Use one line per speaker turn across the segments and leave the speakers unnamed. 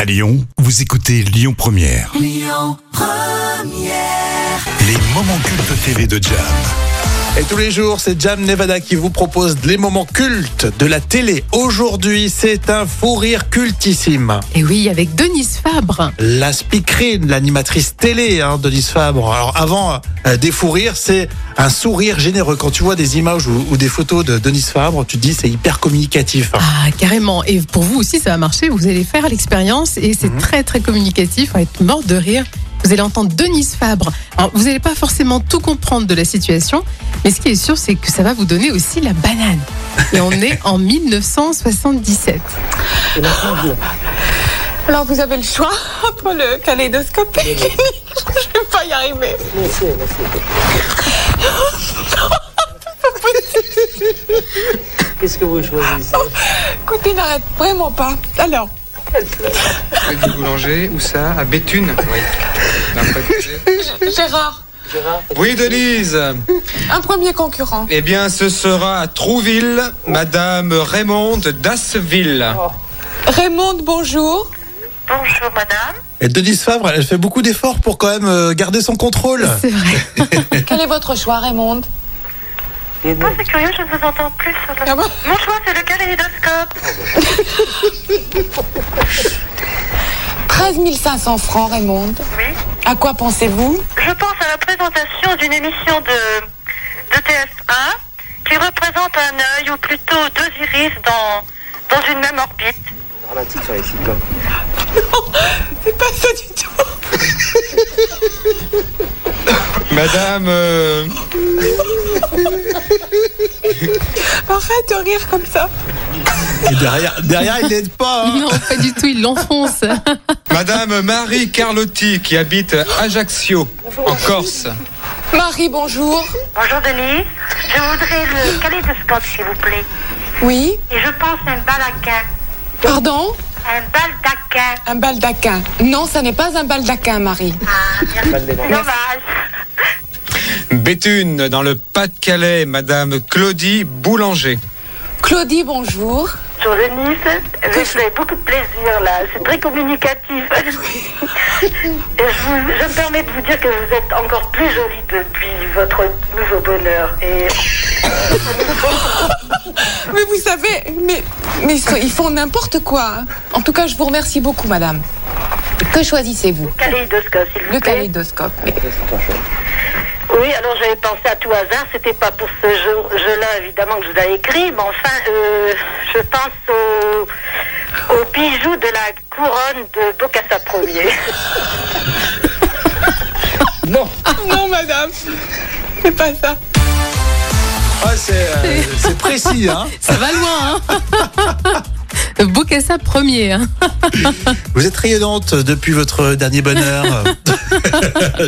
À Lyon, vous écoutez Lyon Première. Les moments cultes TV de Jam.
Et tous les jours, c'est Jam Nevada qui vous propose les moments cultes de la télé. Aujourd'hui, c'est un fou rire cultissime.
Et oui, avec Denise Fabre.
La speakerine, l'animatrice télé, hein, Denise Fabre. Alors avant, euh, des fous rires, c'est un sourire généreux. Quand tu vois des images ou, ou des photos de Denise Fabre, tu te dis c'est hyper communicatif.
Ah, carrément. Et pour vous aussi, ça va marcher. Vous allez faire l'expérience et c'est très, très communicatif. On va être mort de rire. Vous allez entendre Denise Fabre. Alors, vous n'allez pas forcément tout comprendre de la situation, mais ce qui est sûr, c'est que ça va vous donner aussi la banane. Et on est en 1977.
Alors vous avez le choix entre le kaléidoscope et clinique. Je vais pas y arriver.
Qu'est-ce que vous choisissez
Écoutez, n'arrête vraiment pas. Alors,
Près du boulanger, où ça À Béthune Oui. D'un pré-
G- Gérard,
Oui, Denise
un premier concurrent.
Eh bien, ce sera à Trouville, Madame Raymond d'Asseville.
Raymond, bonjour.
Bonjour madame.
Et Denise Fabre, elle fait beaucoup d'efforts pour quand même euh, garder son contrôle.
C'est vrai.
Quel est votre choix, Raymond
Ah, c'est curieux, je ne vous entends plus sur le...
Ah bon
Mon choix, c'est le kaléidoscope.
13 500 francs, Raymond.
Oui.
À quoi pensez-vous
Je pense à la présentation d'une émission de, de TF1 qui représente un œil ou plutôt deux iris dans, dans une même orbite.
Dramatique sur les cyclopes.
C'est pas ça du tout.
Madame. euh,
Arrête de rire comme ça.
Et derrière, derrière, il n'aide pas. hein.
Non, pas du tout. Il l'enfonce.
Madame Marie Carlotti, qui habite Ajaccio, en Corse.
Marie, bonjour.
Bonjour Denise. Je voudrais le kaléidoscope, s'il vous plaît.
Oui.
Et je pense à un balaquin.
Pardon
Un baldaquin.
Un baldaquin. Non, ça n'est pas un baldaquin, Marie.
C'est dommage.
Béthune, dans le Pas-de-Calais, Madame Claudie Boulanger.
Claudie, bonjour.
Bonjour Denise, je fais beaucoup de plaisir là, c'est très communicatif. Et je, vous- je me permets de vous dire que vous êtes encore plus jolie depuis votre nouveau bonheur. Et
Mais vous savez, mais, mais ils sont- ils font n'importe quoi. En tout cas, je vous remercie beaucoup, madame. Que choisissez-vous
kaléidoscope, s'il vous
Le
plaît.
kaléidoscope.
Oui, alors j'avais pensé à tout hasard, c'était pas pour ce jeu- jeu-là évidemment que je vous avais écrit, mais enfin, euh, je pense au, au bijou de la couronne de Bocassa Ier.
Non, madame, c'est pas ça.
Ah, c'est euh, c'est précis. Hein.
Ça va loin. Hein Bocassa premier. hein.
Vous êtes rayonnante depuis votre dernier bonheur.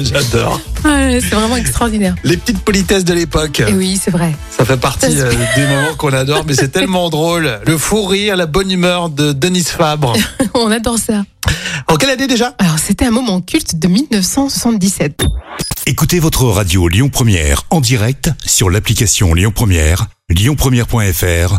J'adore.
Ouais, C'est vraiment extraordinaire.
Les petites politesses de l'époque.
Et Eh oui, c'est vrai.
Ça fait partie euh, des moments qu'on adore, mais c'est tellement drôle. Le fou rire, la bonne humeur de Denise Fabre.
On adore ça.
En quelle année déjà
Alors, c'était un moment culte de 1977.
Écoutez votre radio Lyon Première en direct sur l'application Lyon Première, lyonpremière.fr